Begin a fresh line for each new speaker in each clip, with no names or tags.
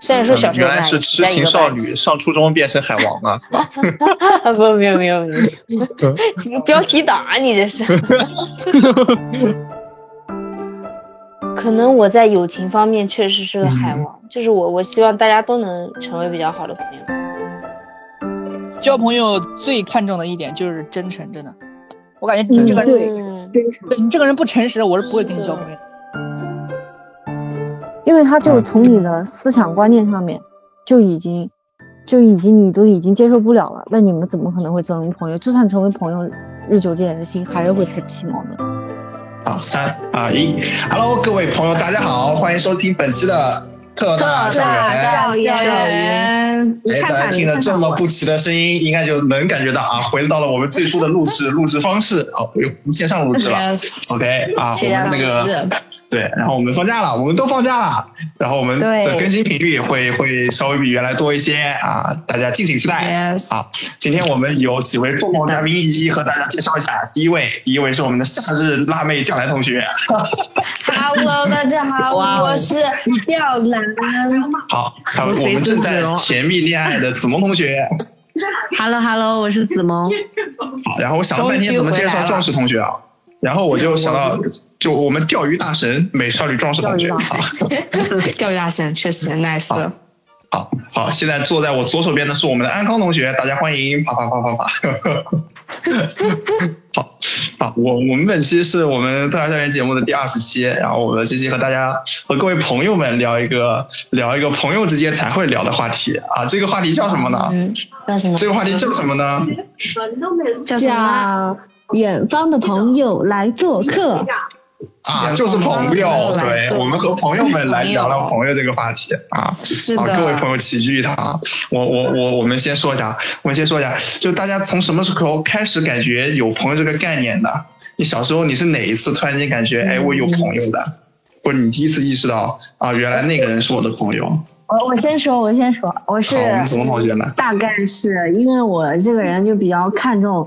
虽然说小时候
嗯原来是痴情少女，上初中变成海王了。
啊， 不，没有没有没有，
嗯
你个标题党啊，你 这是。可能我在友情方面确实是个海王，
嗯
就是我，我希望大家都能成为比较好的朋友。
交朋友最看重的一点就是真诚，真的，我感觉你这个人，
对
嗯，
真诚，
对你这个人不诚实，我是不会跟你交朋友的。
因为他
嗯
就从你的思想观念上面就已经，就已经你都已经接受不了了，那你们怎么可能会成为朋友？就算成为朋友，日久见人心，还是会起起矛盾。
好，三二啊一，Hello，各位朋友，大家好，欢迎收听本期的特大校园。
园，你
哎，
看
大家
看，你
听了
看
这
看
么
我，
不齐的声音，应该就能感觉到啊，回到了我们最初的录制录制方式啊，我们线上录 制了。OK 啊，我
谢谢
们那
大
个
家
对，然后我们放假了，我们都放假了，然后我们的
对
更新频率也会会稍微比原来多一些啊，大家敬请期待。
Yes，
好，今天我们有几位共同嘉宾，一一和大家介绍一下。第一位，第一位是我们的夏日辣妹叫来同学。
Hello，大家好，
哇哦
我是耀南。
好，他们我们正在甜蜜恋爱的子萌同 学。
Hello Hello，我是子 萌。
好，然后我想了半天怎么介绍壮士同学啊，然后我就想 到，就我们钓鱼大神美少女壮士同学。
钓鱼
好，
钓鱼大神确实 nice，
好好，好，现在坐在我左手边的是我们的安康同学，大家欢迎，啪啪啪啪 啪。好，好，我我们本期是我们特大校园节目的第二十期，然后我们这期和大家和各位朋友们聊一个聊一个朋友之间才会聊的话题啊，这个话题叫什么呢？
嗯，叫什么？
这个话题叫什么呢？
叫什么？远方的朋友来做客，
啊，就是朋友，对我们和朋友们来聊聊朋友这个话题啊。
是
好，
的，
各位朋友齐聚一堂啊！我我我，我们先说一下，我们先说一下，就大家从什么时候开始感觉有朋友这个概念的？你小时候你是哪一次突然间感觉，
嗯
哎，我有朋友的？或者你第一次意识到啊，原来那个人是我的朋友？
我我先说，我先说，我是
好，我们子萌同学呢？
大概是因为我这个人就比较看重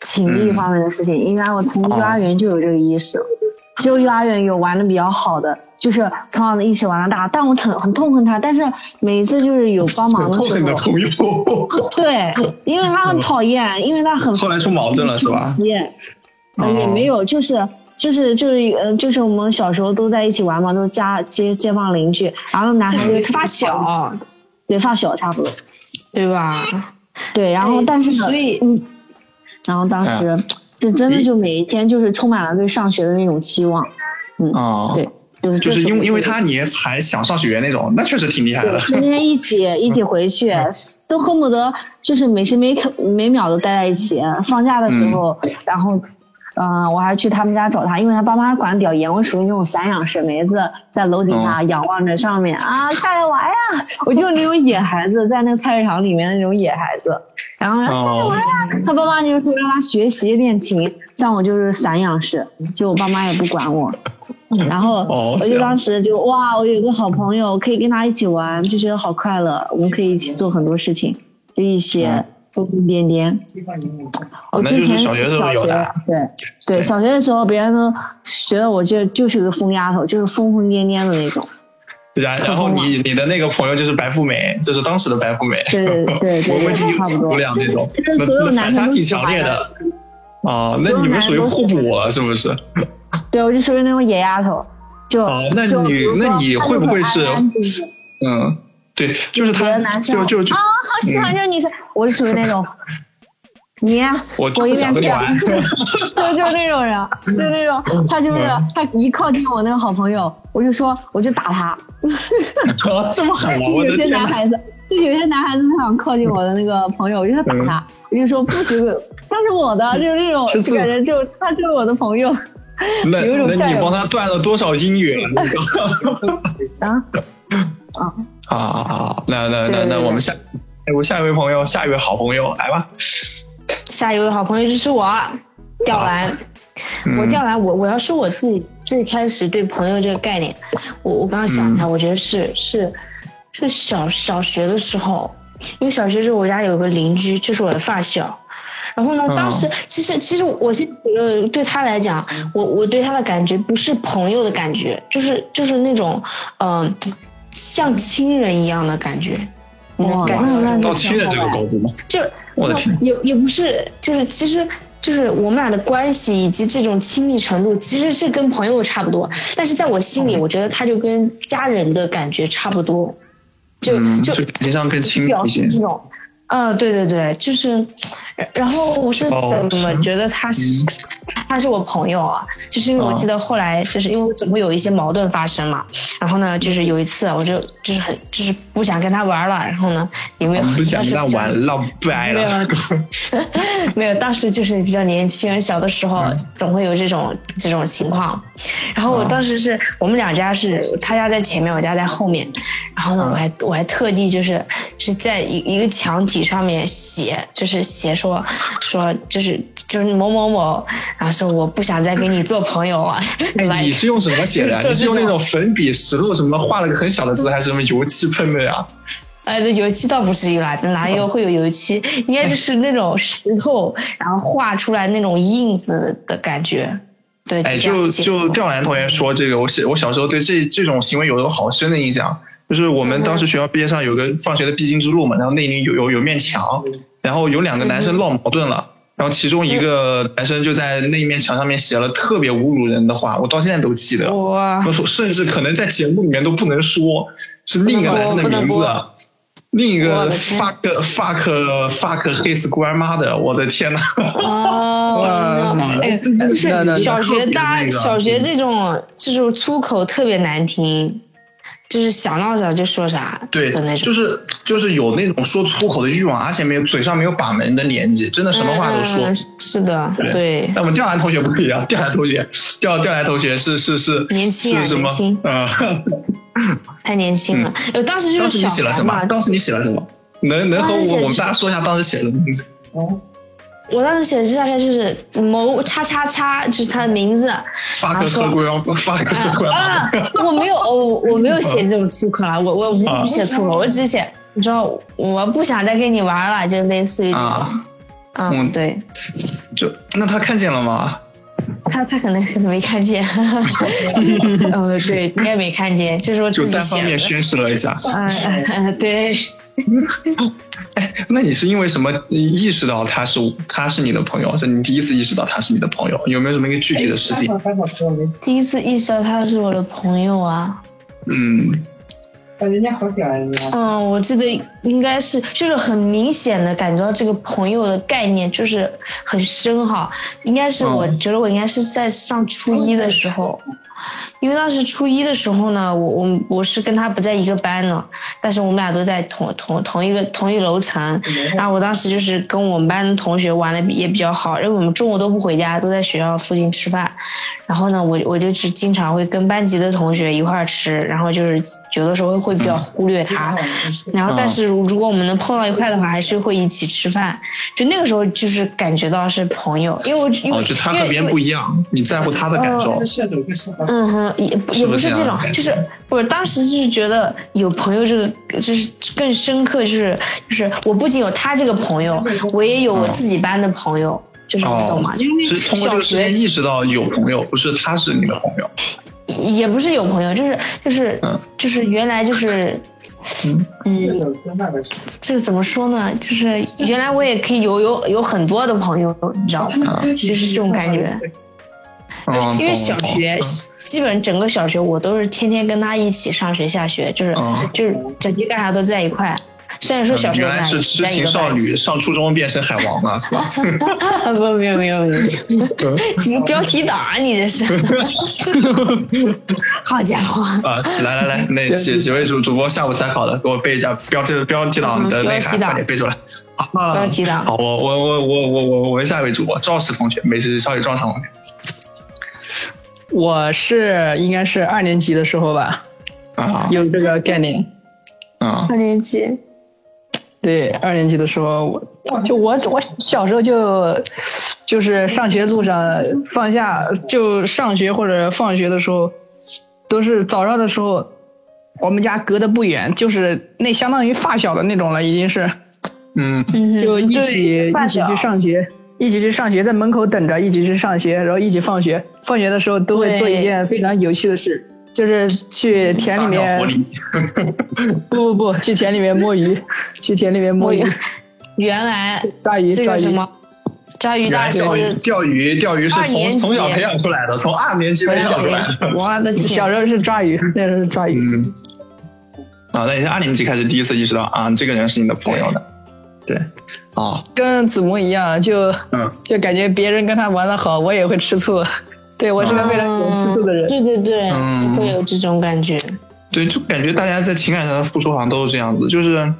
情谊方面的事情，应该我从
哦
幼儿园就有这个意识了，只有幼儿园有玩的比较好的，就是从小的一起玩到大，但我很很痛恨他，但是每一次就是有帮忙的
痛
时
恨的
候，
朋友，
对，因为他很讨厌，因为他 很
后来出矛盾了是吧？
皮，呃 也没有，就是就是就是呃，就是我们小时候都在一起玩嘛，都是家街街坊邻居，然后男
这
孩
属
子
于发
小，
小，
对发小差不多，
对吧？
对，然后
哎
但是呢
所以
嗯，然后当
哎
时就真的就每一天就是充满了对上学的那种期望，
啊，
对，就是
就
这
是因
种
为因为他你也还想上学那种，那确实挺厉害嗯
对
的。
天天一起一起回去， 都恨不得就是每时每刻每秒都待在一起。放假的时候， 然后，嗯、我还去他们家找他，因为他爸妈管得比较严，我属于那种散养式，每一次在楼
哦
顶下仰望着上面、啊，下来玩呀，我就是那种野孩子，在那个菜市场里面的那种野孩子。然后下来玩呀，
哦
他爸妈就说让他学习练琴，像我就是散养式，就我爸妈也不管我。然后
哦
我
这
就
样
当时就哇，我有个好朋友，可以跟他一起玩，就觉得好快乐。我们可以一起做很多事情，就一起
嗯哦
疯疯癫癫。我
那就
之
是
前
小学的时候有的啊
小学对
对
对，小学的时候别人都觉得我就就是个疯丫头，就是疯疯癫癫的那种。
然然后你你的那个朋友就是白富美，就是当时的白富美，
对对对对
文文静
差
静、
不
姑
多
娘那种，
就是
那
所有
那反
男生
差
都
挺
喜
强
欢
烈
的
的。哦，那你们属于互补了，是不是？
对我就属于那种野丫头，就
哦，那
就比
你
如说
那你
他
会
就
不会
安
是
安静静
嗯，对，就是
别
他
的男
就
生
就就嗯
啊，好喜欢这个女生，我是属于那 种，你啊
我
我
就
一
想
边
跟你玩，
就就是那种人，就是那种他就是
嗯
他一靠近我那个好朋友，我就说我就打他。啊
这么狠吗？啊
就
我
有
的
些
天
男
哪！
孩子，就有些男孩子他想靠近我的那个朋友，我就想打他，我就说不许滚，他是 我的，就是那种
嗯是
就感觉就他就是我的朋友
那
有一种
那
占
你
有
帮他断了多少姻缘？
啊。
啊啊啊！那那那
对对
那
对
我们下，哎，我下一位朋友，下一位好朋友来吧。
下一位好朋友就是我，吊兰。
嗯
我调来，我我要说我自己最开始对朋友这个概念，我我刚刚想一
嗯
下，我觉得是是是小小学的时候，因为小学时候我家有个邻居就是我的发小，然后呢，
嗯
当时其实其实我现在觉得对他来讲，我我对他的感觉不是朋友的感觉，就是就是那种嗯、像亲人一样的感觉。你能
哇
感
那
受
那
到亲人这个高度吗？
就
我的天
也也不是，就是其实就是我们俩的关系以及这种亲密程度，其实是跟朋友差不多，但是在我心
哦
里，我觉得他就跟家人的感觉差不多，就、
嗯，
就
就感情上更亲
表
密一
示
些。
这种。啊，对对对，就是，然后我是
哦
怎么
是嗯
觉得他是、 他是我朋友啊？就是因为我
哦
记得后来，就是因为总会有一些矛盾发生嘛。然后呢，就是有一次啊我就就是很就是不想跟他玩了，然后呢，因为
我啊哦们不想跟他
但是比较
玩了，掰了。
啊 没有，当时就是比较年轻，小的时候
嗯
总会有这种这种情况。然后我当时是我们两家是他家在前面，我家在后面。然
嗯
后呢，我还我还特地就是是在一一个墙体上面写，就是写说说就是就是某某某，然后说我不想再跟你做朋友啊。
哎，
来
你是用什么写 的呀？
就
你
是
是用那种粉笔、实录什么画了个很小的字，还是什么油漆喷的呀？
呃，油漆倒不至于啦，哪 有会有油漆？应该就是那种石头，然后画出来那种印子的感觉。对，
哎，
这样
就
写
就赵兰同学说这个，我小我小时候对这这种行为有一个好深的印象，就是我们
嗯
当时学校边上有个放学的必经之路嘛，然后那里有有有面墙，然后有两个
嗯
男生闹矛盾了。然后其中一个男生就在那一面墙上面写了特别侮辱人的话，我到现在都记得。
哇，
我说甚至可能在节目里面都不能说，是另一个男生的名
不能
字
播
啊，另一
我
个
的天
fuck fuck fuck his grandma 的，我的天呐！
哦，
哇
哎，
那
就是
那那
小学大
嗯那个嗯
小学这种这种粗口特别难听，就是想到啥就说啥
对
的那，
就
种。
是就是有那种说粗口的欲望，而且没有嘴上没有把门的年纪，真的什么话都说
嗯。是的，
对
对，
但我们调研同学不一样，调研同学调调研同学是是是
年轻啊
是什么
年轻？
呃，
太年轻了。呃，当时就
嗯 当
是
时你写
小
了
孩
什么
嘛？，
当时你写了什么？能能和
当时写
我
的
我们
是
大家说一下当时写的什么？
我当时写的是大概就是某叉叉叉，就是他的名字，
发
啊
个
说
客官，发个客 官。
啊，我没有，我我没有写这种粗口
啊
啦，我我不写粗口，我只写，你知道，我不想再跟你玩了，就类似于这种
啊，
嗯，
嗯
对
就那他看见了吗？
他他可能可能没看 见，呃，对，应该没看见，这是我
就
自己
单
写
方面
的，
宣示了一下。
嗯、嗯对，
哎那你是因为什么意识到他是他是你的朋友？就你第一次意识到他是你的朋友，有没有什么一个具体的
哎
事情？
第一次意识到他是我的朋友啊，
嗯，
嗯，我记得应该是就是很明显的感觉到这个朋友的概念就是很深哈，应该是我
嗯
觉得我应该是在上初一的时候，因为当时初一的时候呢，我我我是跟他不在一个班呢，但是我们俩都在同同同一个同一楼层，然后我当时就是跟我们班同学玩的也比较好，因为我们中午都不回家，都在学校附近吃饭，然后呢，我我就是经常会跟班级的同学一块儿吃，然后就是有的时候会比较忽略他，然
嗯
后但是如如果我们能碰到一块的话，还是会一起吃饭，就那个时候就是感觉到是朋友，因为我因为
哦，就他
因
和
为
别
因
人
为呃
不一样，你在乎他的感受。
嗯哼，也不也
是不
不
是
是
这
这
样
种
的感，
就是我当时就是觉得有朋友这个，就是更深刻，就是就是我不仅有他这个朋友，我也有我自己班的朋友，就是你懂吗？
哦
因
是
为
通过这
小
个事
学
情意识到有朋友，不是他是你的朋友。
也不是有朋友，就是就是
嗯
就是原来就是，嗯，这个怎么说呢？就是原来我也可以有有有很多的朋友，你知道吗？就是这种感觉。
嗯，
呃因为
懂
小
懂
学基本整个小学我都是天天跟他一起上学下学，就是、
嗯
就是整天干啥都在一块。虽然说小
嗯
学
原
我们俩
来是
一起
痴
在一
情
个
少
班级，
女，上初中变成海王了，是吧？
不，没有没有没有，什么标题党啊你这 是？好家伙，
啊，来来来，那几几位主主播下午参考的，给我背一下标这个标题党的内涵，
嗯标题党
快点背出来。啊，
标题 党
好，我我我我我我我问下一位主播赵氏同学，美食少女赵氏同学。
我是应该是二年级的时候吧，
啊
有这个概念。
啊
二年级，
对，二年级的时候，我就我我小时候就就是上学路上放下就上学或者放学的时候，都是早上的时候，我们家隔得不远，就是那相当于发小的那种了，已经是
嗯
就一起
发
一起
小
去上学。一起去上学，在门口等着，一起去上学，然后一起放学。放学的时候都会做一
对
件非常有趣的事，就是去田里
撒尿活
面，
力，
不不不，去田里面摸鱼，去田里面摸鱼，
原来
抓鱼
这
抓
个什
鱼。
么抓鱼
原
大
来
师，
钓鱼钓鱼钓鱼是
二年
从
级
从小培养出来的，从二年级培养出来的。
我的
小
天，
时候是抓鱼，那时候是抓鱼。
嗯，啊，那也是二年级开始第一次意识到啊，这个人是你的朋友的，对，啊，
跟子萌一样，就
嗯，
就感觉别人跟他玩的好，我也会吃醋。对我是个非常喜欢吃醋的人。
对对对，
嗯
会有这种感觉。
对，就感觉大家在情感上的付出好像都是这样子，就是，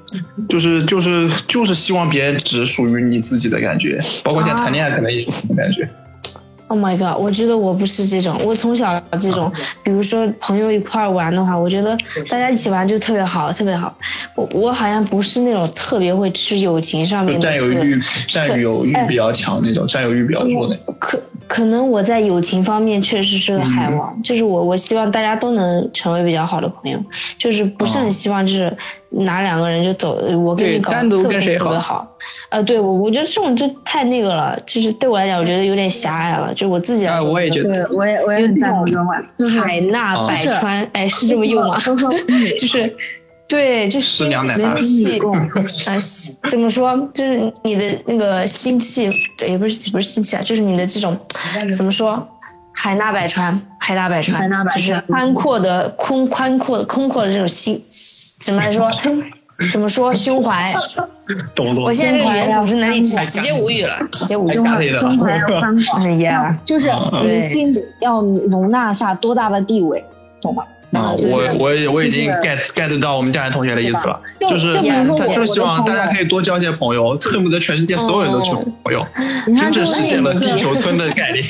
就是，就是，就是希望别人只属于你自己的感觉，包括现在谈恋爱可能也有这种感觉，
啊
Oh my god！我觉得我不是这种，我从小这种，比如说朋友一块儿玩的话，我觉得大家一起玩就特别好，特别好。我我好像不是那种特别会吃友情上
就
面的
占有
醋
嗯
欲，占有欲比较强那种，占有欲比较弱那种。
可可能我在友情方面确实
嗯
是个海王，就是我我希望大家都能成为比较好的朋友，就是不是
哦
很希望就是哪两个人就走，我跟
啊对
你搞
单独
特别
跟谁
特别
好
好，呃，对我我觉得这种就太那个了，就是对我来讲我觉得有点狭隘了，就我自
嗯
己来
啊，
说
我也觉得，
对，我也我也很赞同这种玩，
嗯海纳
啊
哦
百川，哎，是这么用吗？
都 说啊
就是。对，就心
师娘奶
心
奶
气，呃，心怎么说？就是你的那个心气，对也不是不是心气啊，就是你的这种怎么说？海纳百川，海纳百川，
嗯海纳百川
就是宽阔的空宽阔的空阔的这种心，怎么来说？怎么说胸 怀？
懂懂
我现在这个语言总是能力直
啊
接无语了，直接无语
太。干裂
胸怀
了，
要宽广，
哎呀，
就是
嗯
你的心里要容纳下多大的地位，懂吧？
啊，
就是
我我也我已经
就是
get get 到我们家人同学的意思了，
就
就是
就比如说
他
我
就是希望
我的
大
朋友哦
家可以多交些朋友，恨不得全世界所有人都成为朋友，
你
真正
看，就
实
是
现了地 球村的概 念。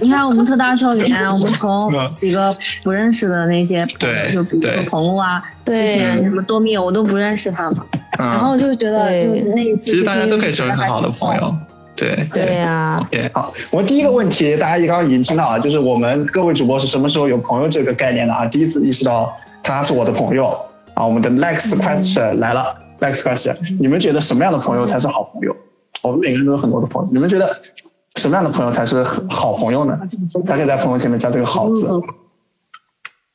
你看我们特大校 园，我们从几个不认识的那些朋友，
嗯对
就比如
对
说彭露啊，这
对
些人什么多米，我都不认识他们。然
嗯，
后就觉得，
对
就那一次，
其实大家都可以成为很好的朋。 友，对
对呀、
对，好，我们第一个问题，大家刚刚已经听到啊，就是我们各位主播是什么时候有朋友这个概念的啊？第一次意识到他是我的朋友啊。我们的 next
嗯
question 来了、n e x t question，你们觉得什么样的朋友才是好朋友？我们每个人都有很多的朋友，你们觉得什么样的朋友才是好朋友呢？才可以在朋友前面加这个好字。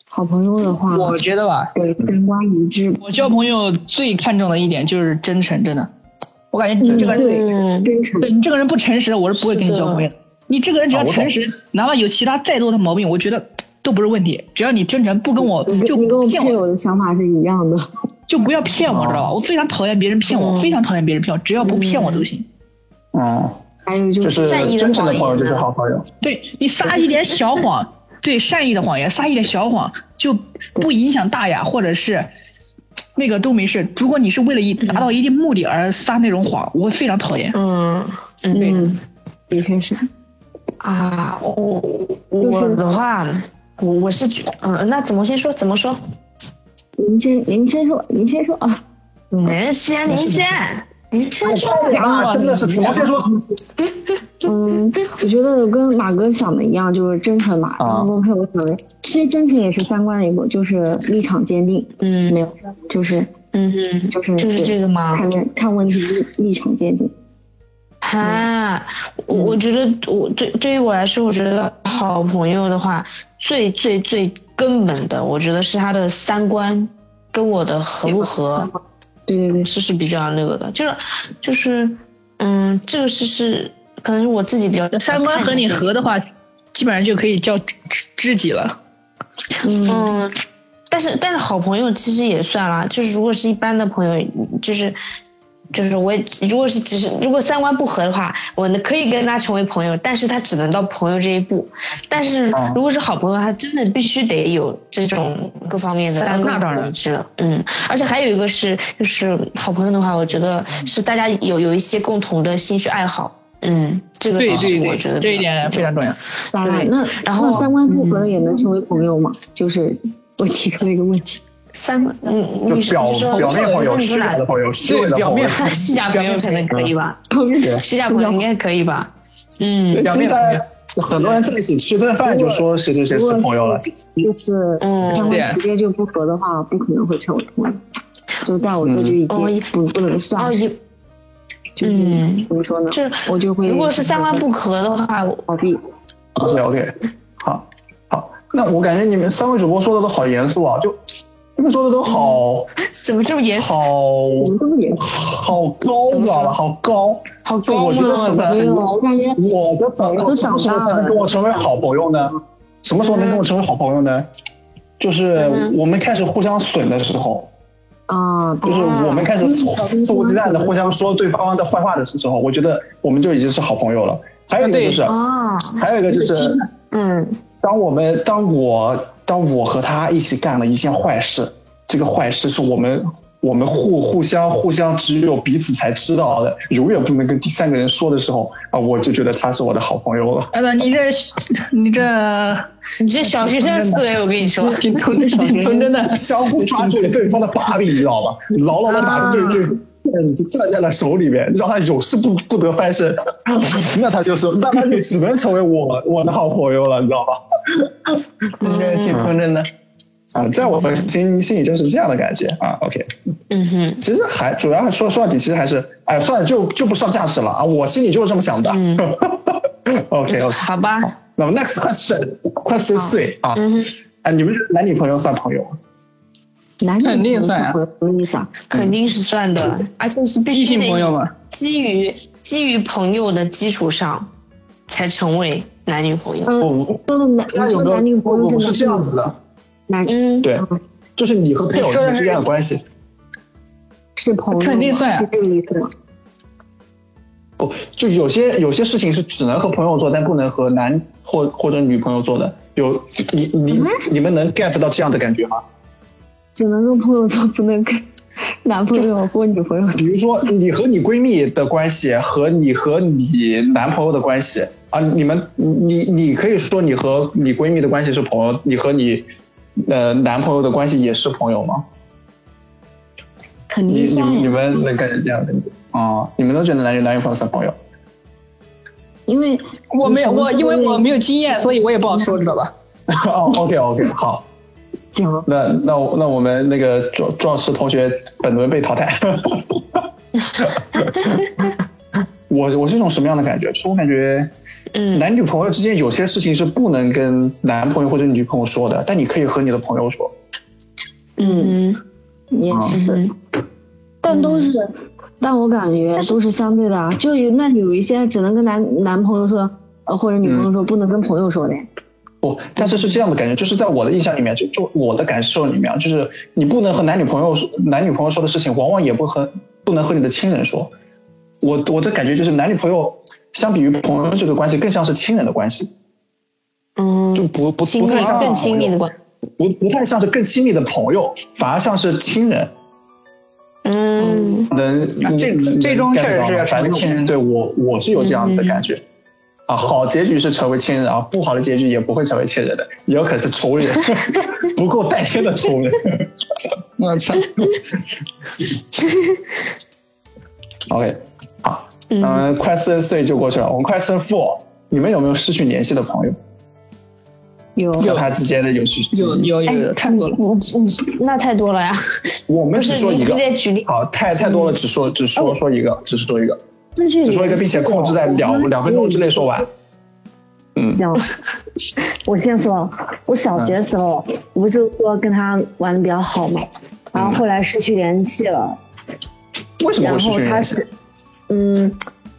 好朋友的话，
我觉得吧，
对三观一致，
我交朋友最看重的一点就是真诚，真的。我感觉你这个人，
嗯，
真诚。
对你这个人不诚实，我是不会跟你交朋友的。你这个人只要
啊我懂
诚实，哪怕有其他再多的毛病，我觉得都不是问题。只要你真诚，不跟我
你
就
跟你跟我
骗
配
我，
偶的想法是一样的，
就不要骗
啊
我，知道吧？我非常讨厌别人骗我，
嗯
非常讨厌别人骗我，只要不骗我都行。
嗯，
还有就
就是是
善意的啊
真诚的
谎言
朋友就是
呢
好朋友。
对你撒一点小谎，对善意的谎言，撒一点小谎就不影响大雅，或者是那个都没事。如果你是为了一达到一定目的而撒那种谎，我会非常讨厌。
嗯
对
嗯，的确是。
啊，我我的话，我我是觉，嗯，那怎么先说？怎么说？
您先，您先说，您先说啊。
您先，您先，您先说。
啊，真的是怎么先说？
嗯，我觉得跟马哥想的一样，就是真诚嘛，
啊
然后跟配偶想的，其实真诚也是三观的一部，就是立场坚定，
嗯
没有，就是
嗯哼，
就是
就是这个吗？
看问看问题立立场嗯坚定。
哈，我我觉得我对对于我来说，我觉得好朋友的话，最最最根本的，我觉得是他的三观跟我的合不合，
对对对，
这是比较那个的，就是就是，嗯，这个是是可能是我自己比较
嗯
三观和你合的话，基本上就可以叫知知知己了。
嗯，
嗯，但是但是好朋友其实也算啦，就是如果是一般的朋友，就是就是我也如果是只是如果三观不合的话，我呢可以跟他成为朋友，但是他只能到朋友这一步。但是
哦
如果是好朋友，他真的必须得有这种各方面的
三观
观
那当然
一致了。嗯，而且还有一个是就是好朋友的话，我觉得是大家有有一些共同的兴趣爱好。嗯，这个
对
是
对
我觉得
对，这一
比较
点非常重要。啊
当
对
然，那
然后嗯
那三观不合的也能成为朋友吗？就是我提出了一个问题，
三观，嗯，你
就表
说你说
表面朋友、
你
虚
说哪
假的朋友、虚伪的朋友。
虚假朋友可能可以吧，虚假朋友应该可以吧？嗯
对，其实大家很多人在一起吃顿饭就说谁谁谁是朋友了，
就是 三
嗯，
对
观直接就不合的话，不可能会成为朋友。就在我这就已
嗯
经不不能
哦
算，
也
就是
嗯
怎么说呢？
就是
我就会哦
如果是三观不合的话，我
逃避。
OK OK，好，好，那我感觉你们三位主播说的都好严肃啊，就你们说的都好
怎么这么严肃？
好好高，你知道吧？好高，
好
就
高
我觉得什
冷
呃
么
的，
没有，我感觉
我的朋友
都
什么
长
时候
大了
才能跟我成为好朋友呢？什么时候能跟我成为好朋友呢？就是我们开始互相损的时候，
啊，
就是我们开始肆无忌惮嗯的互相说对方的坏话的时候，我觉得我们就已经是好朋友了。还有一个就是，
啊，
还哦有一个就是，
嗯，
当我们当我当我和他一起干了一件坏事，这个坏事是我们我们互互相互相只有彼此才知道的，永远不能跟第三个人说的时候啊，我就觉得他是我的好朋友了。
哎，那你这，你这
你这小学生思维，我跟你说，
挺童 挺童真的，
相互抓住对方的把柄，你知道吧？牢牢的把
啊
对对对攥在了手里面，让他有事不不得翻身。 那他就是，那他就只能成为我我的好朋友了，你知道吧？
你这挺童真的。
啊，在我的心心里就是这样的感觉啊。OK，
嗯哼，
其实还主要说说到底，其实还是哎，算了，就就不上价值了啊。我心里就是这么想的。
嗯
OK OK，
好吧，
那么 next question question three 啊，
嗯哼，
哎，你们觉得男女朋友算朋友吗？
男女
肯定算啊
朋友我跟你讲，
肯定是算的，而且是必须
异性
得
朋友嘛，
基于基于朋友的基础上，才成为男女朋友。
我我
说的男，
那有
说
没有
嗯男女
不
朋
不
友
不是这
真
样
的
子的？
男
嗯，
对，就是你和配偶之间的关系。
是朋友吗，
肯定算啊
是这个意思吗？
不，就有些有些事情是只能和朋友做，但不能和男或或者女朋友做的。有你你你们能 get 到这样的感觉吗？
只能跟朋友做，不能跟 男朋友或女朋友做。
比如说你和你闺蜜的关系和你和你男朋友的关系啊，你们你你可以说你和你闺蜜的关系是朋友，你和你呃男朋友的关系也是朋友吗？
肯
你你
定算
们你
呀，
们能 get 这样的哦？你们都觉得男女男女朋友算朋友？
因为
我没有，我因为我没有经验，所以我也不好说，知道吧？
哦，OK OK，好。
讲啊
那那我那我们那个壮壮士同学本轮被淘汰。 我我是一种什么样的感觉？就是我感觉，
嗯
男女朋友之间有些事情是不能跟男朋友或者女朋友说的，但你可以和你的朋友说。
嗯哼
也是，但都是，但我感觉都是相对的啊。就有那有一些只能跟男男朋友说，呃或者女朋友说，
嗯
不能跟朋友说的。
不，哦但是是这样的感觉，就是在我的印象里面，就就我的感受里面啊，就是你不能和男女朋友男女朋友说的事情，往往也不和不能和你的亲人说。我我的感觉就是，男女朋友相比于朋友这个关系，更像是亲人的关系，
嗯，
就不不
亲
不
密
太像
更亲密
朋友
的关，
不不太像是更亲密的朋友，反而像是亲人。
嗯
能、
啊这
能
这种
get
事儿
到
是
吗
要
反正
成为亲人
对我我是有这样的感觉。啊，好结局是成为亲人啊，不好的结局也不会成为亲人的，也有可能是仇人， 不够带天的仇人。
我操，
OK，好，嗯、快四十岁就过去了，我们快四十 four，你们有没有失去联系的朋友？
有
和他之间的有失去？
有有有有太多了。
那太多了呀。
我们
不
只
是
说
你
一
你
个。
得举例，
好，太太多了，只说只说说一个，只是说一个，
失去
只说一个，并且控制在
嗯
两两分钟之内说完。
讲， 我先说了，我小学时候、我不就说跟他玩的比较好
嗯
嘛，然后后来失去联系了，
为什么
然
会失
后
去
他
联系？
是，嗯，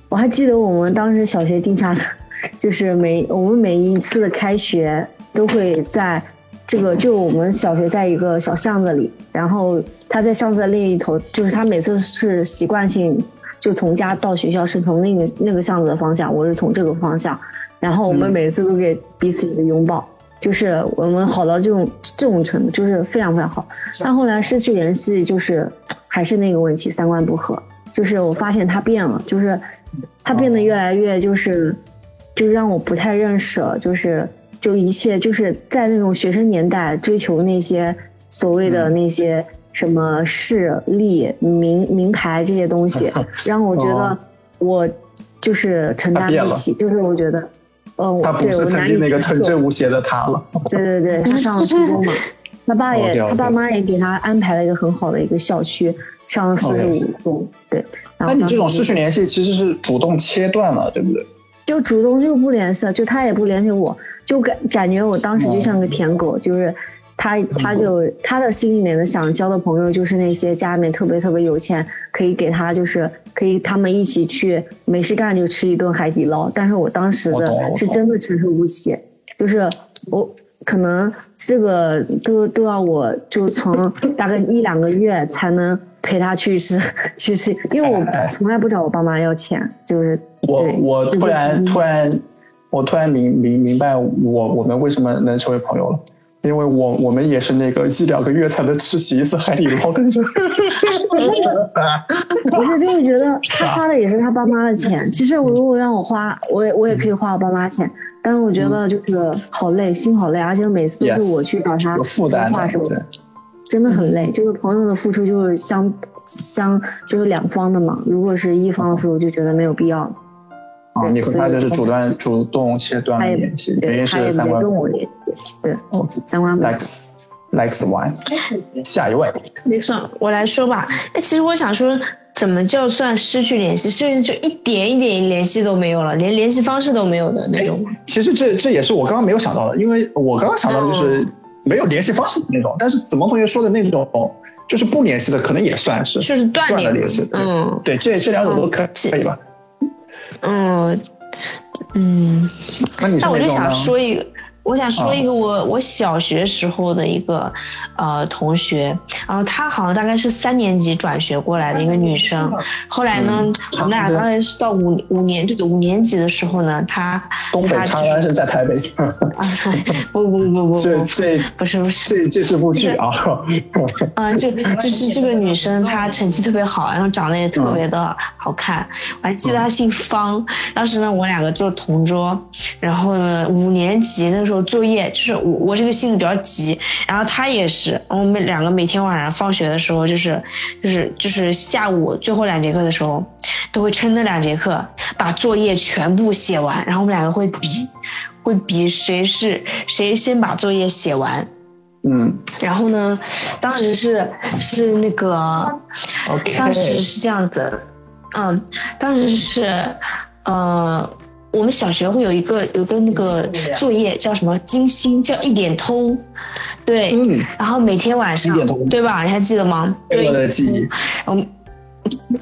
我还记得我们当时小学定下的， 就是每我们每一次的开学都会在这个就我们小学在一个小巷子里，然后他在巷子的另一头，就是他每次是习惯性就从家到学校是从那个那个巷子的方向，我是从这个方向，然后我
嗯
们每次都给彼此一个拥抱。就是我们好到这种这种程度，就是非常非常好。但后来失去联系，就是还是那个问题，三观不合。就是我发现他变了，就是他变
哦
得越来越就是，就让我不太认识了，就是就一切就是在那种学生年代追求那些所谓
嗯
的那些什么势力、名名牌这些 东西，让我觉
哦
得我就是承
他
担
变
不
了
起，就是我觉得。呃，我
他不
对
是
我
曾
男
经
女
那个
朋
纯
友
真无邪的他了。
对对对，他上了初中嘛，他爸也
哦 OK，OK
他爸妈也给他安排了一个很好的一个校区，上了四十五中，对。
那
然后
你
当时
这种
就
失去联系其实是主动切断了，对不对？
就主动就不联系了，就他也不联系我，就感感觉我当时就
哦
像个舔狗，就是他他就他的心里面的想交的朋友就是那些家里面特别特别有钱，可以给他就是可以他们一起去没事干就吃一顿海底捞，但是我当时
我
的
懂了我懂
是真的承受不起，就是我可能这个都都要我就从大概一两个月才能陪他去吃 去吃，因为我
哎哎哎
从来不找我爸妈要钱，就是
我
对嗯
我突然突然，我突然明明明白我我们为什么能成为朋友了，因为我我们也是那个一两个月才能吃起一次海底捞的人。
不是，就是觉得他花的也是他爸妈的钱。其
嗯
实我如果让我花，我也我也可以花我爸妈钱，但是我
嗯
觉得就是好累，心好累，而且每次都
Yes，
是我去找 他
有负担
说话
的，
什么
对
的，真的很累。就是朋友的付出就是相相就是两方的嘛，如果是一方的付出，就觉得没有必要。
啊，
对
你和他就是主
所以
断主动切断了
他也
联系，原
对
因
他也
嗯是
没
三观
跟我联系，对三观不合
likes likes one，下一 位，
那算我来说吧。哎，其实我想说，怎么叫算失去联系？甚至就一点一点联系都没有了，连联系方式都没有的那种。
其实这这也是我刚刚没有想到的，因为我刚刚想到的
哦
就是没有联系方式的那种，但是子萌同学说的那种就是不联系的，可能也算是
就是断
断
联
了联系，对
嗯
对，这这两种都可
是
可以吧？
嗯嗯，
那你是
那我
哪
就
种呢
想？说一个，我想说
啊
一个我、我小学时候的一个呃同学，然后她好像大概是三年级转学过来的一个女生，后来呢，
嗯
我们俩
差不多
大概是到五五年对五年级的时候呢，她
东北
她
长安是在台北，
啊，不不不不不，
这这
不是不是，
这这这部剧啊，
啊，就就是这个女生，她成绩特别好，然后长得也特别的好看。我还记得她姓方，当时呢，我两个坐同桌，然后呢，五年级那时候作业就是我我这个性子比较急，然后她也是，我们两个每天晚上放学的时候，就是就是就是下午最后两节课的时候，都会趁那两节课把作业全部写完，然后我们两个会比，会比谁是谁先把作业写完。
嗯
然后呢，当时是是那个，
，OK，
当时是这样子，嗯，当时是，呃，我们小学会有一个有个那个作业叫什么金星，叫一点通，对，
嗯，
然后每天晚
一
上
点通
对吧？你还记得吗？
快
对
乐，的记忆，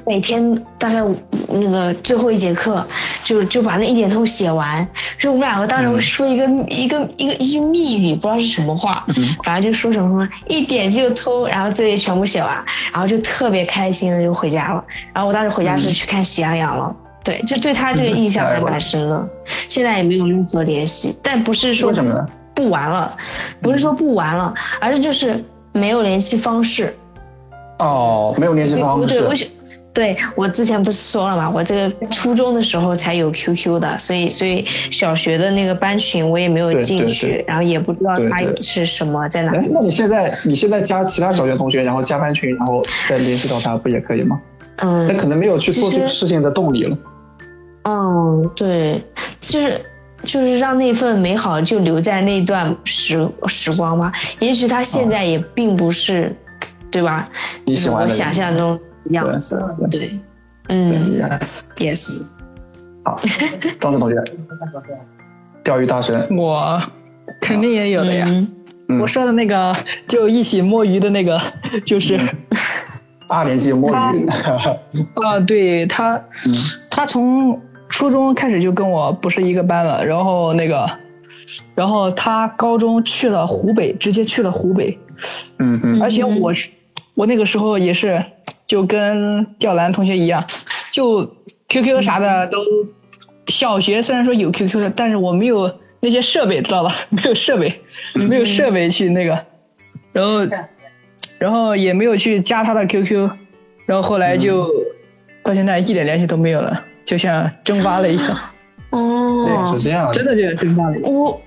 每天大概五那个最后一节课，就就把那一点通写完。所以我们两个当时
嗯
会说一个、一个一个一句密语，不知道是什么话，
嗯
反正就说什么什么一点就通，然后作业全部写完，然后就特别开心的就回家了。然后我当时回家
嗯
是去看《喜羊羊》了。对，就对他这个印象还蛮深的，现在也没有任何联系，但不是说
为什么呢
不玩了，不是说不玩了，而是就是没有联系方式，
哦，没有联系方
对，
式
我，是对我之前不是说了嘛，我这个初中的时候才有 QQ 的，所以所以小学的那个班群我也没有
对
进
对
去
对，
然后也不知道
对
它
对
是什么在哪
哎
里，。
那你现在你现在加其他小学同学，然后加班群，然后再联系到他，不也可以吗？
嗯
那可能没有去做这
其
个
实
事情的动力了。
嗯，对，就是。就是让那份美好就留在那段时时光吧。也许他现在也并不是，对吧？
你嗯喜
嗯我
欢的人
想象中的样
对
子。
对
对，嗯
，yes，
，yes。
好，庄子同学，钓鱼大神，
我肯定也有的呀。
嗯
嗯
我说的那个就一起摸鱼的那个，就是、
二年级摸鱼，
啊，对他，
嗯
他从初中开始就跟我不是一个班了，然后那个，然后他高中去了湖北，直接去了湖北，
嗯嗯
而且我是我那个时候也是，就跟吊兰同学一样，就
嗯
QQ 啥的都，小学虽然说有 QQ 的，但是我没有那些设备，知道吧？ 没有设备，
嗯
没有设备去那个，然后，然后也没有去加他的 QQ，然后后来
嗯
就到现在一点联系都没有了，就像蒸发了一 样，
哦，
是这样
真的就像蒸发了一样。
我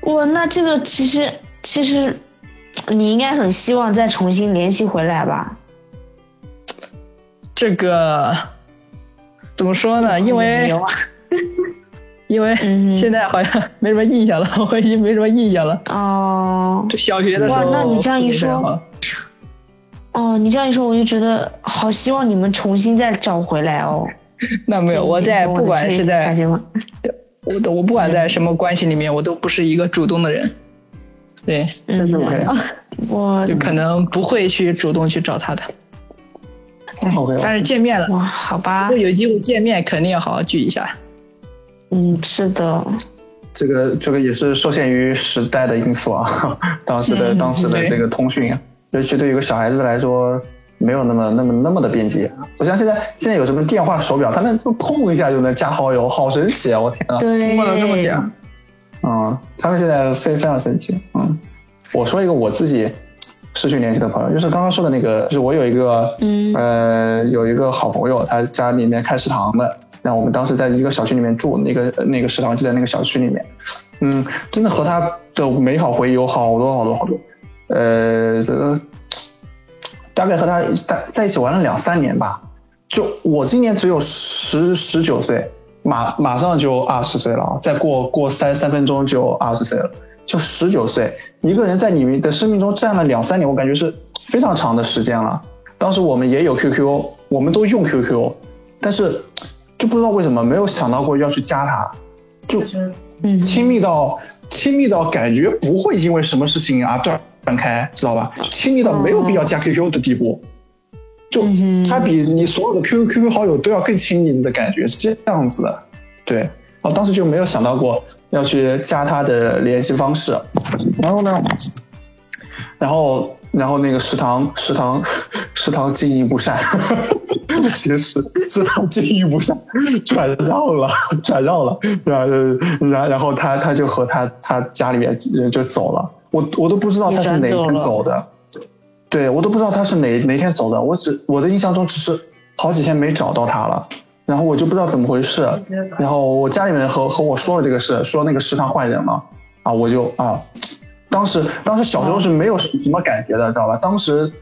我那这个其实其实你应该很希望再重新联系回来吧？
这个怎么说呢？因为
有啊，
因为
嗯
现在好像没什么印象了， 我已经没什么印象了。
哦
就小学的时
哇
候，
那你这样一
特别
说
好，
哦，你这样一说，我就觉得好希望你们重新再找回来哦。
那没有，我在不管是在
感觉吗？
我都我不管在什么关系里面，我都不是一个主动的人，对，
嗯，我
就可能不会去主动去找他的。但是见面了，
哇，好吧
如果，有机会见面，肯定要好好聚一下。
嗯，是的，
这个这个也是受限于时代的因素啊， 当时的
嗯
当时的
对
这个通讯啊，尤其对于一个小孩子来说，没有那么那么那么的便捷。不像现在现在有什么电话手表，他们就碰一下就能加好友，好神奇啊！我天啊，
对，
过了这么点儿，
嗯，他们现在非非常神奇。嗯，我说一个我自己失去联系的朋友，就是刚刚说的那个，就是我有一个，
嗯
呃，有一个好朋友，他家里面开食堂的，然后我们当时在一个小区里面住，那个那个食堂就在那个小区里面，嗯，真的和他的美好回忆有好多好多好多，呃，这个大概和他在在一起玩了两三年吧，就我今年只有十十九岁，马马上就二十岁了啊！再过过三三分钟就二十岁了，就十九岁，一个人在你们的生命中占了两三年，我感觉是非常长的时间了。当时我们也有 QQ，我们都用 QQ，但是就不知道为什么没有想到过要去加他，就
嗯
亲密到亲密到感觉不会因为什么事情啊断断开，知道吧？亲密到没有必要加 QQ 的地步，就
嗯
它比你所有的 QQ QQ 好友都要更亲密的感觉是这样子的。对，我当时就没有想到过要去加他的联系方式，然后呢，然后然后那个食堂食堂 食堂经营不善， 其实食堂经营不善，转让了 转让了，然后然然后他他就和他他家里面人就走了，我我都不知道他是
也
哪天
转
走
走
的，对我都不知道他是哪哪天走的，我只我的印象中只是好几天没找到他了。然后我就不知道怎么回事，然后我家里面和和我说了这个事，说那个食堂换人了，啊，我就啊，当时当时小时候是没有什么感觉的，知道吧？当时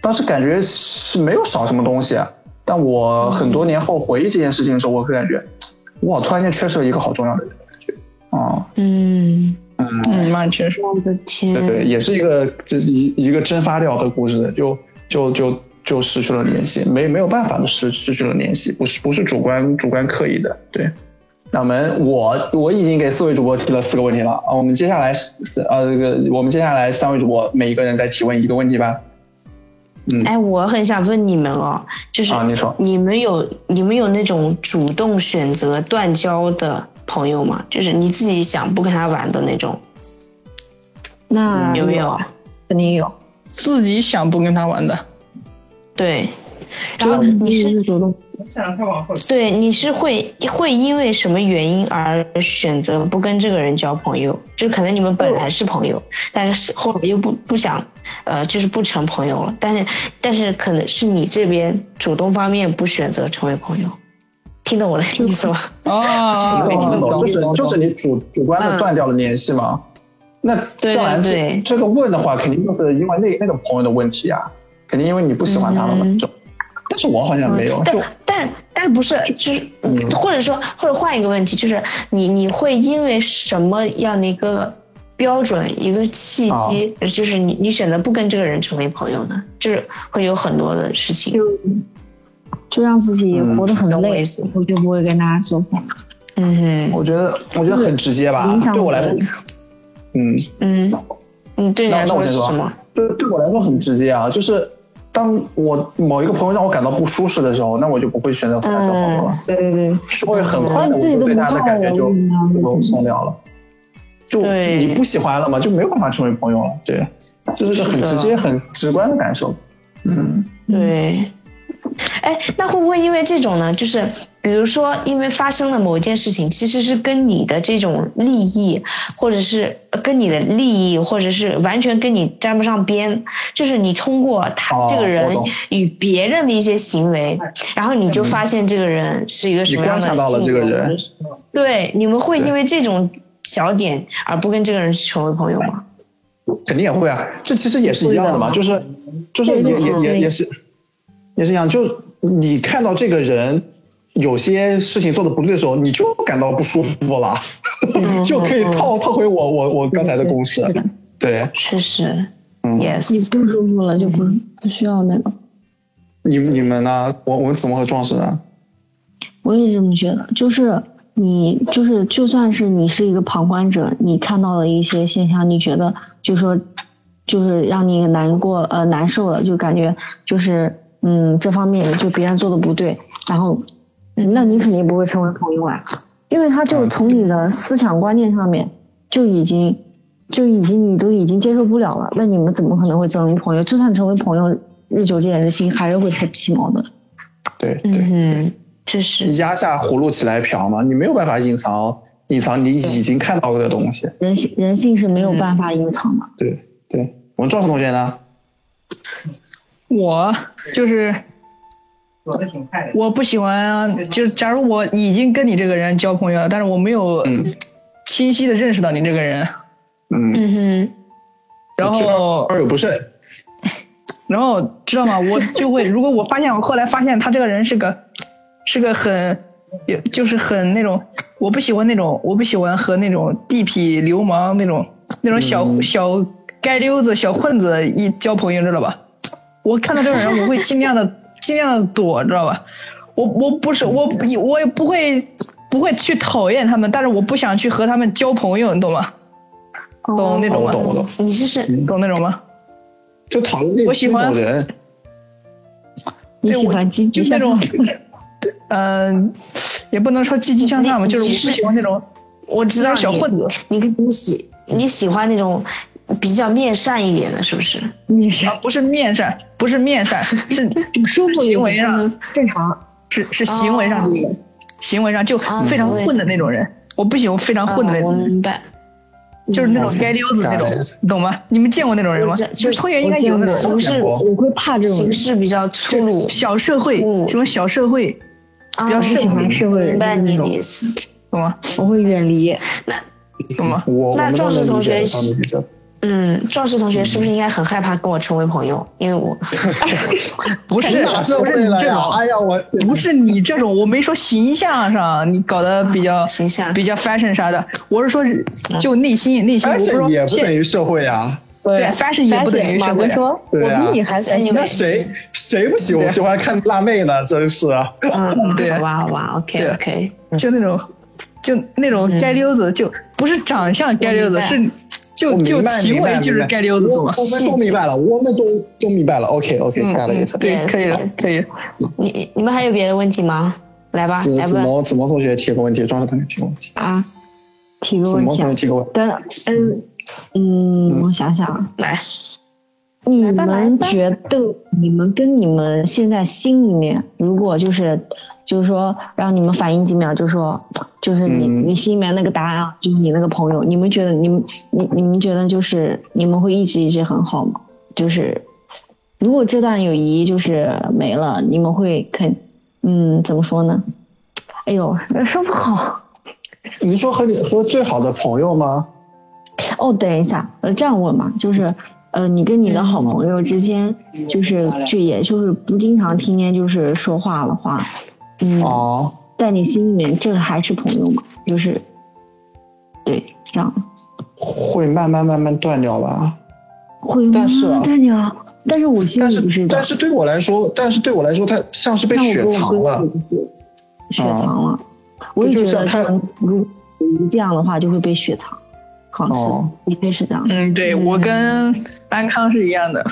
当时感觉是没有少什么东西，啊但我很多年后回忆这件事情的时候，我会感觉，哇，突然间缺失了一个好重要的人，啊，
嗯，
嗯，蛮确实。
我的
对对，
天，
也是一个这一一个蒸发掉的故事，就就就就失去了联系，没没有办法的失失去了联系，不是不是主观主观刻意的，对。那我们我我已经给四位主播提了四个问题了啊，我们接下来是呃这个我们接下来三位主播每一个人再提问一个问题吧。
哎，我很想问你们哦，就是
啊，你说
你们有你们有那种主动选择断交的朋友吗？就是你自己想不跟他玩的那种，
那
啊嗯有没有？
肯定有。
自己想不跟他玩的，
对，然后
嗯
你是
主动，
对你是会会因为什么原因而选择不跟这个人交朋友？就可能你们本来是朋友，但是后来又不不想，呃，就是不成朋友了。但是但是可能是你这边主动方面不选择成为朋友，听懂我的意思吗？
哦，
懂
懂
懂，
懂
就是
懂
就是你主主观的
嗯
断掉了联系嘛。那
对
当然
对
这
对
这个问的话，肯定就是因为那那个朋友的问题啊，肯定因为你不喜欢他了嘛。
嗯
就，但是我好像没有，就嗯
但但但不是，就是、或者说，或者换一个问题，就是你你会因为什么样的一个标准、一个契
哦
机，就是你你选择不跟这个人成为朋友呢？就是会有很多的事情，
就让自己
嗯
活得很
懂我
累
意，思？
我就不会跟他说朋友。
嗯哼，
我觉得我觉得很直接吧
影，响
啊对我
我
来说
的，
嗯，
嗯，你对你
那
来
那我
说
先
是
说啊
什么？
对对我来说很直接啊，就是当我某一个朋友让我感到不舒适的时候，那我就不会选择和他交朋
嗯
友了。
对对对，
就会很快
嗯
的，我就对他的感觉就
自己都不爱
就松掉了。就
对
你不喜欢了嘛，就没有办法成为朋友了。对，这是个很
是的
直接、很直观的感受。嗯，
对，哎，那会不会因为这种呢？就是比如说，因为发生了某一件事情，其实是跟你的这种利益，或者是呃跟你的利益，或者是完全跟你沾不上边，就是你通过他、
哦
这个
我
人
懂嗯
与别人的一些行为，然后你就发现这个人是一个
你
什么样
观
的
察到了
性
这个
格
人，，
对，你们会
对
因为这种小点而不跟这个人成为朋友吗？
肯定也会啊。这其实也是一样的嘛，就是就是
对
也
对
也也
对
也是也是一样。就你看到这个人有些事情做的不对的时候，你就感到不舒服了， 就可以套套回我我我刚才的公式。对，
确实
嗯
，yes，
你不舒服了就不不需要那个。
你你们呢？我我们怎么和壮士呢？
我也这么觉得，就是你就是就算是你是一个旁观者，你看到了一些现象，你觉得就说就是让你难过呃难受了，就感觉就是嗯这方面就别人做的不对，然后那你肯定不会成为朋友啊，因为他就从你的思想观念上面就已经就已经你都已经接受不了了，那你们怎么可能会成为朋友？就算成为朋友，日久见人心，还是会起起矛盾。
对嗯对。
嗯哼，这是
压下葫芦起来瓢嘛，你没有办法隐藏隐藏你已经看到过的东西。
人性人性是没有办法隐藏的。
对对，我们赵晨同学呢？
我就是
走的挺快的。
我不喜欢，就是假如我已经跟你这个人交朋友了，但是我没有
嗯
清晰的认识到你这个人，
嗯，
嗯哼，
然后
二有不慎，
然后知道吗？我就会，如果我发现我后来发现他这个人是个，是个很，也就是很那种，我不喜欢那种，我不喜欢和那种地痞流氓那种那种小、
嗯
小街溜子、小混子一交朋友，知道吧？我看到这个人，我会尽量的尽量的躲，知道吧？我我不是我我也不会不会去讨厌他们，但是我不想去和他们交朋友，你懂吗？懂那
哦
种
我
吗？
懂我懂，
嗯你这是
懂那种吗？
就讨论那
我喜欢
那种人，
你
对
喜
我
欢积极
就那
向
种， 嗯、也不能说积极向上吧，
你
就是我不喜欢那种
我知
那
道
种小
你
混子。
你跟你喜你喜欢那种比较面善一点的，是不是？
你
啊，不是面善，不是面善， 是
舒服
行为啊上
正常，
是
哦
是行为上的那种，行为上就
啊
非常混的那种人。我不喜欢非常混的那
啊我
种，
明白。
就是那种街溜子那种
嗯，
你懂吗？你们见过那种人吗
我这？
就
就是
通学应该有那
我见
种
过是
我会怕这种
形
人，
式比较粗鲁，
小社会，
嗯
这种小社会，
啊
比较
我
社会
喜欢社会
明
人
白
的
你
那
的
种，
意思。
懂吗？
我会远离。
懂 吗？
嗯我我
那
们都
赵
能
晨同
理解
学
的，都能理解的。
嗯，壮士同学是不是应该很害怕跟我成为朋友？因为 我
不
你
是，
哪啊社
不
会
是你
了
这
呀？
种，
哎呀，我
不是你这种，我没说形象上你搞得比较
形象嗯
比较 fashion 啥的，我是说是就内心内心，我不是
fashion 也
说
不等
现
于社会啊。
对 fashion 也不等于
马
社
哥
会。
说，
对啊
我比你还
哎你
那谁谁不喜
对
欢喜欢看辣妹呢？真是啊，
嗯，
对
好吧，好吧
对
，OK OK，
就那种就那种街溜子，就不是长相街溜子，
嗯我明白
是就
我明
就
白
行
明白
为就是
明白
街溜子，
我
懂吗？
我们都明白了，我们都都明白了。OK OK，
嗯
get
嗯
it。
对，
Yes，
可以了，
yes
可以。
你你们还有别的问题吗？来吧，
子
来
子
吧，
萌子萌同学提个问题，庄子同学提个问题，
啊，提个
子
问
萌
题
同学
啊，
提个问题。
但嗯嗯，我想想啊，
来，
你
吧来
们
吧
觉得你们跟你们现在心里面，如果就是就是说让你们反应几秒，就说就是你、
嗯
你心里面那个答案啊，就是你那个朋友，你们觉得你们你你们觉得就是你们会一直一直很好吗？就是如果这段友谊就是没了，你们会肯嗯怎么说呢？哎呦，说不好。
你是说和你和最好的朋友吗？
哦，等一下，呃，这样问嘛，就是，呃，你跟你的好朋友之间，就是就也就是不经常天天就是说话的话，嗯，
啊，
在你心里面，这个还是朋友吗？就是，对，这样
会慢慢慢慢断掉吧。
会吗？
但是啊
但你啊，但是我心
但
里不
是
是的
但，是对我来说，但是对我来说，它像是被
那我
雪
跟我
藏
闺
了哦
蜜。就是雪藏了，我也
就
觉
像
得
他
这样，如这样的话就会被雪藏，好像是
哦
的确是这样，
嗯，对我跟安康是一样的，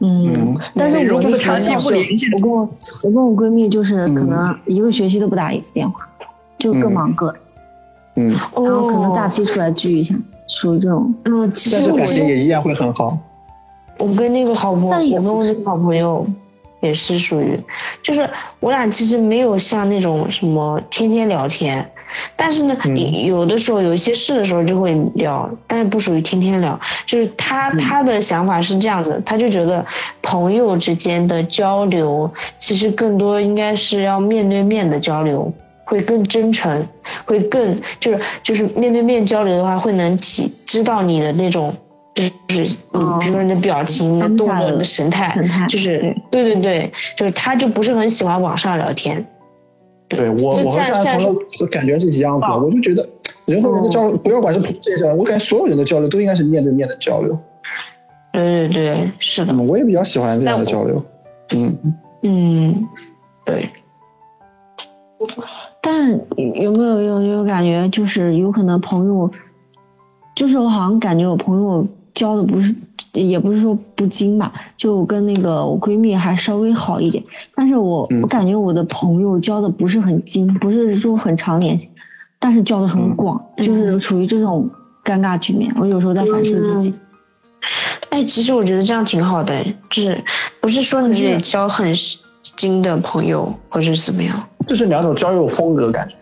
嗯
嗯，
但是
如
我
果
就
不长
觉
期
得
不联系的嗯
我跟我我跟我闺蜜就是可能一个学期都不打一次电话，就各忙各，
嗯，
然
哦
后可能假期出来聚一下，属于这种。
嗯，其
但
实
是
我
感情也依然会很好。
我跟那个好朋
但
友，
也
我跟我这个好朋友也是属于，就是我俩其实没有像那种什么天天聊天，但是呢，
嗯
有的时候有一些事的时候就会聊，但是不属于天天聊。就是他、
嗯
他的想法是这样子，他就觉得朋友之间的交流其实更多应该是要面对面的交流。会更真诚，会更就是就是面对面交流的话，会能体知道你的那种就是你
哦
比如说你的表情、你的
神
动
态
作、你的神态
神态，
哎就是
对
对对对，就是他就不是很喜欢网上聊天。
对我，
就
我和
暂
大家
暂
朋
时
友是啊感觉是一样子的。我就觉得人和人的交流，不要管是普世界交流，我感觉所有人的交流都应该是面对面的交流。
对对对，是的，
嗯，我也比较喜欢这样
但我
的嗯
嗯
交流。嗯，
嗯，对，
但有没有有有感觉，就是有可能朋友，就是我好像感觉我朋友交的不是，也不是说不精吧，就我跟那个我闺蜜还稍微好一点，但是我、
嗯
我感觉我的朋友交的不是很精，不是说很常联系，但是交的很广，就是处于这种尴尬局面。我有时候在反思自己，
哎，其实我觉得这样挺好的，哎就是不是说你得交很精的朋友或者怎么样？
就是两种交友风格感觉。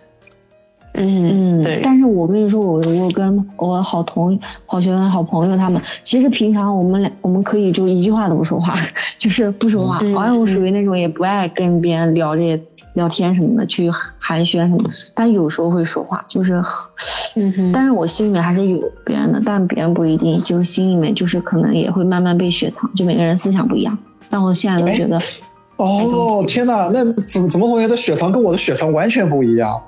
嗯
嗯，
对，
但是我跟你说，我我跟我好同好学生、好朋友他们，其实平常我们俩我们可以就一句话都不说话， 就是不说话。
嗯
好像我属于那种也不爱跟别人聊这些聊天什么的，去寒暄什么的。但有时候会说话，就是，
嗯哼
但是我心里面还是有别人的，但别人不一定，就是心里面就是可能也会慢慢被雪藏，就每个人思想不一样。但我现在
哎
都觉得，
哦，天哪，那怎么怎么回事？的血糖跟我的血糖完全不一样。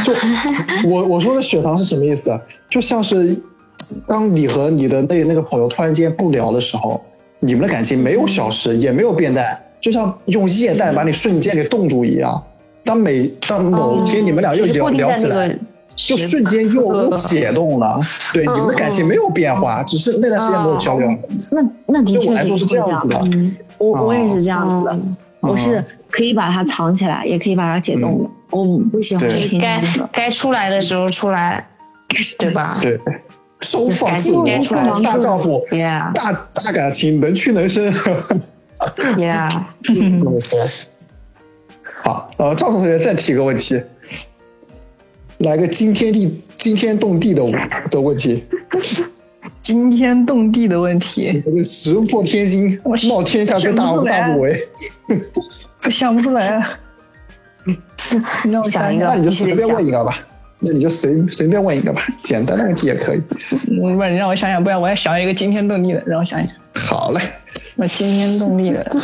就我我说的血糖是什么意思？啊就像是当你和你的那那个朋友突然间不聊的时候，你们的感情没有消失，也没有变淡，就像用液氮把你瞬间给冻住一样。当每当某
嗯
天你们俩又
哦就是
聊
固定
聊
在
起
那
来，
个
就瞬间又又解冻了。对，你们的感情没有变
哦
化，只是那段时间没有交流。
那那的
对我
确
来
是
说是
会
这样子的。
我我也
哦
是这样子的，我是可以把它藏起来，也可以把它解冻的。我不喜欢
嗯对
听
该
那个，
该出来的时候出来， 对吧？
对，收放
感
自
情
我
该出来，
大丈夫，
，yeah
大大感情，能屈能伸。
yeah，
好，呃，赵同学再提个问题，来个惊天地惊天动地的的问题，
惊天动地的问题，
这个石破天惊
我，是
冒天下之大
想不出来
大不为。
我想不出来。 那我想
想一个
那你就
必
随
须
便
得
问一个吧，那你就随随便问一个吧，简单的问题也可以。
我嗯不然你让我想想，不然我要想一个惊天动地的，让我想一想，
好嘞，
我惊天动地 的。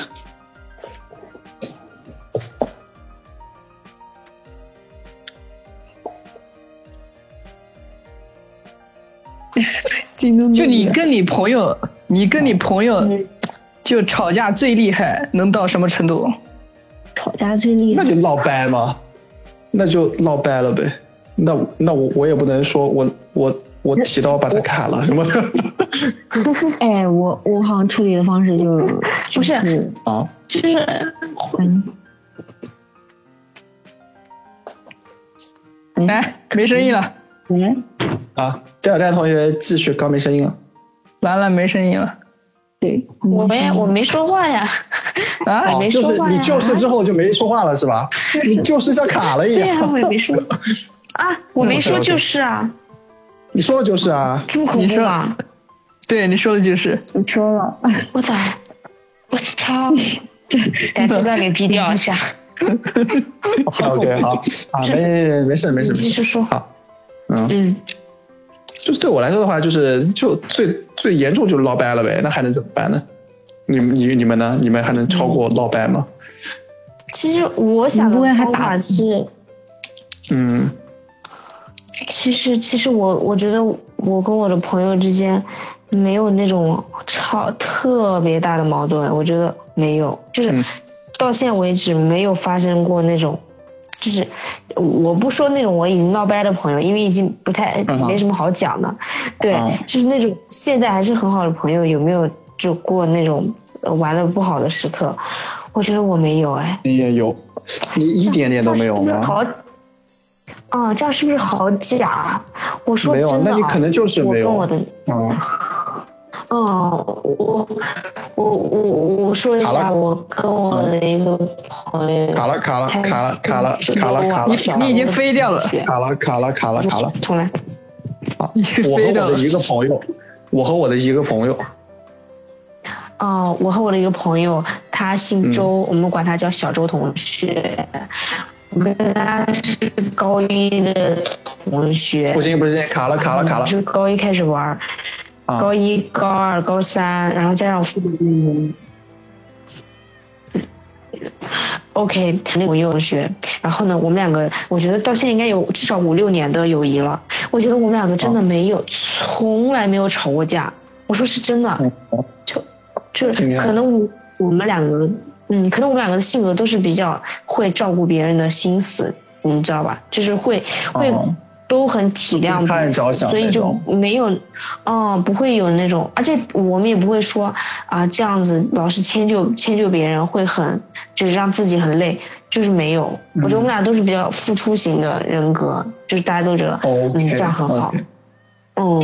就你跟你朋友，你跟你朋友
嗯
就吵架最厉害，能到什么程度？
吵架最厉
那
害。
就闹掰嘛，那就闹掰了呗。那那我我也不能说我我我提刀把他砍了什么的
哎，我我好像处理的方式就是
不是
就是
啊。
就是
嗯，嗯
哎，没声音了，
啊，戴戴同学继续，刚没声音啊了。
兰兰没声音了
对，嗯
我没我没说话 呀，
啊！
哦，
哎没
就
说
是
话
你
呀
救世之后就没说话了 是吧？你救世像卡了一
对呀、
样，
我也没 说啊，我没说就是啊，
你说的就是啊，
这么恐怖啊！
对，你说的就是，
你说了，
我咋？我 操！改次再给逼掉 一下。
OK，好啊，没没事没事
你
没
继续
事，
说。
好，嗯
嗯，
就是对我来说的话，就是就最最严重就是闹掰了呗，那还能怎么办呢？你你你们呢？你们还能超过闹掰吗？
其实我想的方法是，
嗯
其实其实我我觉得我跟我的朋友之间没有那种超特别大的矛盾，我觉得没有，就是
嗯
到现在为止没有发生过那种。就是我不说那种我已经闹掰的朋友，因为已经不太
嗯
没什么好讲的。对
啊，
就是那种现在还是很好的朋友，有没有就过那种呃玩的不好的时刻？我觉得我没有哎。
你也有，你一点点都没有
这样是不是
吗？
好，啊，这样是不是好假？我说
没
真的、
有
啊，
那你可能就是没有
我跟我的，
嗯，
嗯，我我我我说一
卡
下，
了嗯
我跟我的一个朋友
卡了卡了
开始
卡了卡了卡了卡了
你
是
你已经飞掉了，
卡了卡了卡了卡了。
重来，
啊！
你是
我和
飞
我
的
的一个朋友，我和我的一个朋友，
啊、我和我的一个朋友，他姓
嗯
周，我们管他叫小周同学。我跟他是高一的同学，
不行不行，卡了卡了卡了
是高一开始玩儿，嗯
啊
高一、高二、高三，然后加上父母。OK，那个幼儿学，然后呢，我们两个，我觉得到现在应该有至少五六年的友谊了。我觉得我们两个真的没
哦
有，从来没有吵过架。我说是真的，就就是
嗯挺厉害
可能我我们两个，嗯，可能我们两个的性格都是比较会照顾别人的心思，你知道吧？就是会会
哦
都很体谅
为他人
彼此
着想
所以
那
就
种
没有，嗯，不会有那种，而且我们也不会说啊这样子老是迁就迁就别人，会很就是让自己很累，就是没有。我觉得我们俩都是比较付出型的人格，就是大家都觉得嗯
哦 OK，
这样很好
OK，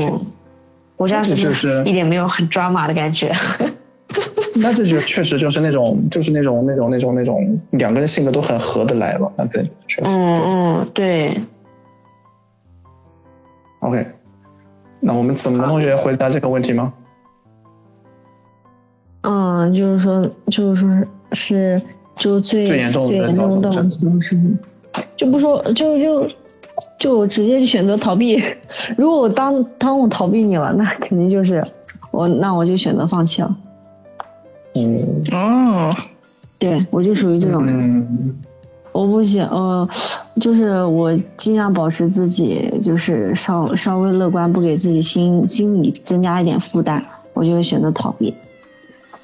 嗯，我这样是
就
不
是
是一点没有很抓马的感觉？
那这就确实就是那种，就是那种那种那种那种两个人性格都很合得来了，那啊对，确实。
嗯嗯，对，
OK，那我们子萌同学回答这个问题吗？
嗯，就是说，就是说是就最
最严重的
最严重的
造
道
成
情是什么？就不说，就就就直接选择逃避。 如果我当当我逃避你了，那肯定就是我，那我就选择放弃了。
嗯
哦，
对我就属于这种人，
嗯
我不行，呃，就是我尽量保持自己，就是稍稍微乐观，不给自己心心理增加一点负担，我就会选择逃避。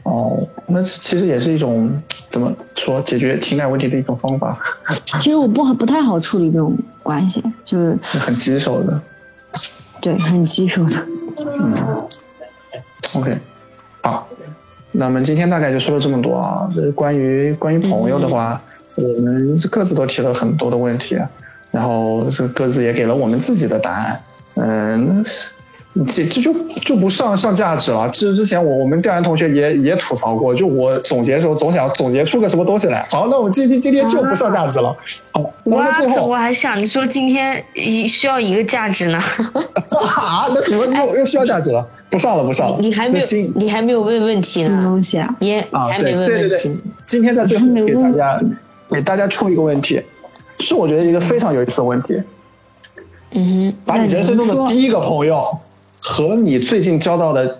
哦，那其实也是一种怎么说解决情感问题的一种方法，
其实我不不太好处理这种关系，就是
是很棘手的。
对很棘手的。
OK，好，那我们今天大概就说了这么多啊。这关于关
嗯
于朋友的话，我们各自都提了很多的问题，然后这各自也给了我们自己的答案。嗯，这这就就不上上价值了。之之前我我们调研同学也也吐槽过，就我总结的时候总想总结出个什么东西来。好，那我们今天今天就不上价值了。好，那么
哇
最，后
我还想你说今天一需要一个价值呢，
啊，那怎么又又需要价值了？不上了，不上了。
你还没
那
有
今，
你还没有问问题
什么
呢，
东西啊？
你也你
啊，
还
对
没问
对对
问题。
对，今天在最后给大家给大家出一个问题，是我觉得一个非常有意思的问题，
嗯
把你人生中的第一个朋友和你最近交到的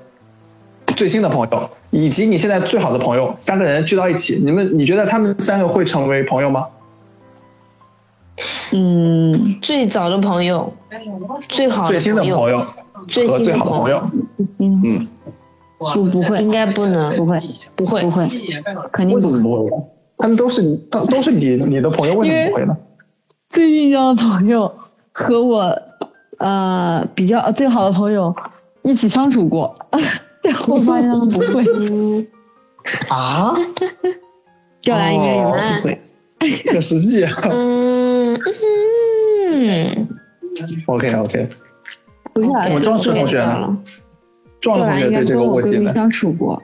最新的朋友，以及你现在最好的朋友三个人聚到一起，你们你觉得他们三个会成为朋友吗？
哼，嗯最早的朋友，最好
最新的朋
友，
友
最
和
新
最
的
好的朋
友，
友，
嗯，
嗯，
不不会
应该不能，
不会
不会
不，会，肯定
为
不
什
会。
么不会？他们都是你都都是你你的朋友，为什么不会呢？
最近交的朋友和我呃比较呃最好的朋友一起相处过， 然后我发现他们不 会。
嗯
啊，
调来一个人
哦
啊，
很实际。啊
嗯嗯，
OK OK，
不是啊，
我们庄师同学
掉了
呢？壮同
来
学
应
对
该
这
跟
个
我
问题
闺蜜
呢？
相处过，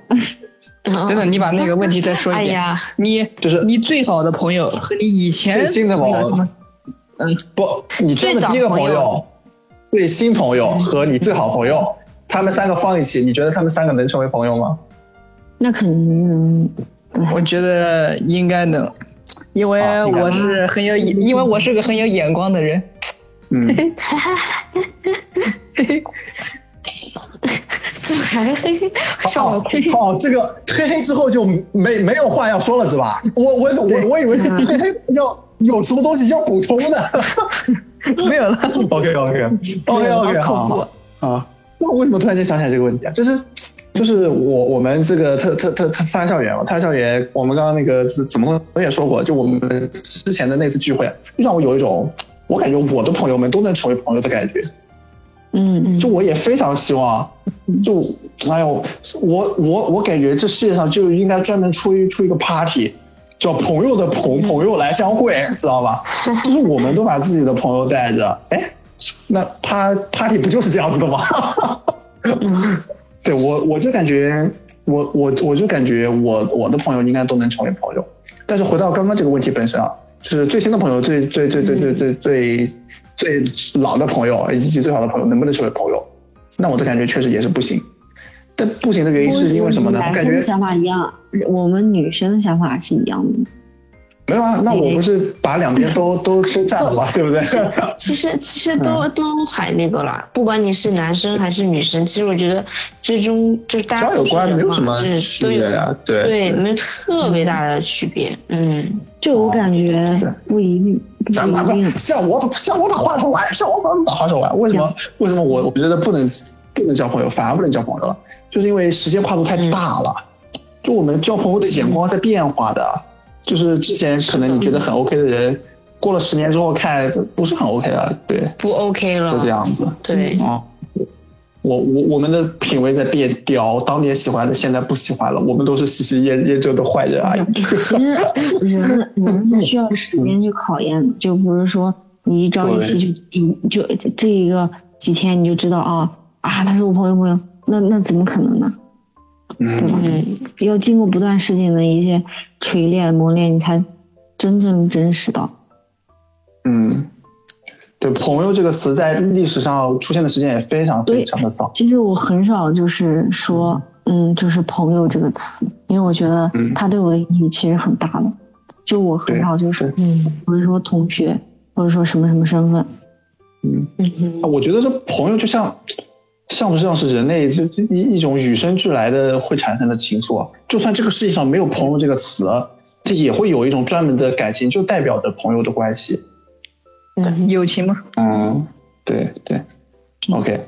等等，你把那个问题再说
嗯哎
一遍。
呀，
你
就是
你最好的朋友和你以前
最新的朋友不，你交的第一个朋
最早
友、最新朋友和你最好朋 友，他们三个放一起，你觉得他们三个能成为朋友吗？
那肯定能。
我觉得应该能，因为
啊
我是很有眼，因为我是个很有眼光的人。
嗯，
这 还笑我
哦
亏。
哦，这个黑黑之后就没没有话要说了是吧？我我我我以为这黑黑要有什么东西要补充 的。
没有了，
OK OK OK OK，好 好好啊。那我为什么突然间想起来这个问题啊？就是就是我我们这个特特特特特大校园嘛，特大校园，我们刚刚那个怎怎么我也说过，就我们之前的那次聚会，啊就让我有一种我感觉我的朋友们都能成为朋友的感觉。
嗯，
就我也非常希望，就哎呦，我我我感觉这世界上就应该专门出一出一个 party，叫朋友的朋朋友来相会，知道吧？就是我们都把自己的朋友带着，哎，那 pa party 不就是这样子的吗？ 对我我就感觉我我我就感觉我我的朋友应该都能成为朋友，但是回到刚刚这个问题本身啊，就是最新的朋友、最最最最最最最最老的朋友以及最好的朋友能不能成为朋友？那我的感觉确实也是不行。但不行的原因是因为什么呢？
我
我
觉得
感
男生
觉
的想法一样，我们女生的想法是一样的。
没有啊，那我不是把两 边都都都占了嘛，对不对？
其实其实都、
嗯
都还那个了，不管你是男生还是女生，其实我觉得最终就是大
只
家
要有
都是
关
人
没有
嘛
什么
就是
区
都
别
有
呀，对
对，没有特别大的区别。嗯，
就我感觉
对
不一定，不
咱们
一定。
像我像我把话说完，像我把话说完，为什么为什么我我觉得不能不能交朋友，反而不能交朋友了？就是因为时间跨度太大了，就我们交朋友的眼光在变化的，就是之前可能你觉得很 OK 的人，过了十年之后看不是很 OK 了，对，
不 OK 了，
就这样子。
对，
啊、我我我们的品味在变调，当年喜欢的现在不喜欢了，我们都是喜新厌厌旧的坏人啊！
嗯其实人人是需要时间去考验的，就不是说你一朝一夕就你就这这一个几天你就知道啊啊，他是我朋友朋友，那那怎么可能呢？
嗯
对吧？要经过不断事情的一些锤炼磨练，你才真正真实到。
嗯，对，朋友这个词在历史上出现的时间也非常非常的早。
其实我很少就是说，嗯，就是朋友这个词，因为我觉得
嗯
它对我的意义其实很大的。就我很
对
少就是，
对
嗯，我是说同学，或者说什么什么身份，
嗯，
嗯哼，
啊我觉得这朋友就像，像不像是人类就就一一种与生俱来的会产生的情愫啊？就算这个世界上没有朋友这个词，啊这也会有一种专门的感情，就代表着朋友的关系。
友情嘛，
嗯，对对，OK，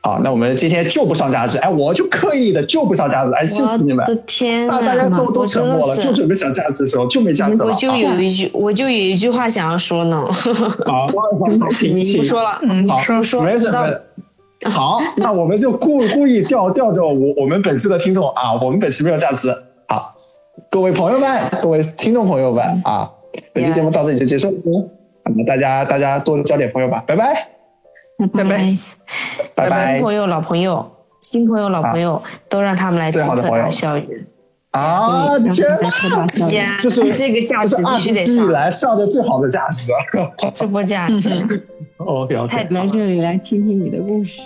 好，那我们今天就不上价值，哎，我就刻意的就不上价值，哎，气
我
死你们！啊
的天呐
大大家都都
我
沉
真
默
的，
了，就是准备想价值的时候就没价值了。
我就
啊
有一句，我就有一句话想要说呢，
好，好请请
不说了，
嗯，
好，
说
说
没事
知道
没事。好，那我们就故故意吊吊着我我们本期的听众啊，我们本期没有价值。好，各位朋友们，各位听众朋友们啊，本期节目到这里就结束了，那么大家大家多交点朋友吧，拜拜，
拜拜。
拜拜
新朋友、老朋友、新朋友、老朋友，都让他们来
最
听
好的
特
朋友
大校园。
啊！
然后
天
再
哪，
特大效应。
呀
这是
这个价值
这是
必
二
须
十
得
期以
上，
来上的最好的价值。啊
这波价值
OK OK，
太
来这里来听听你的故事。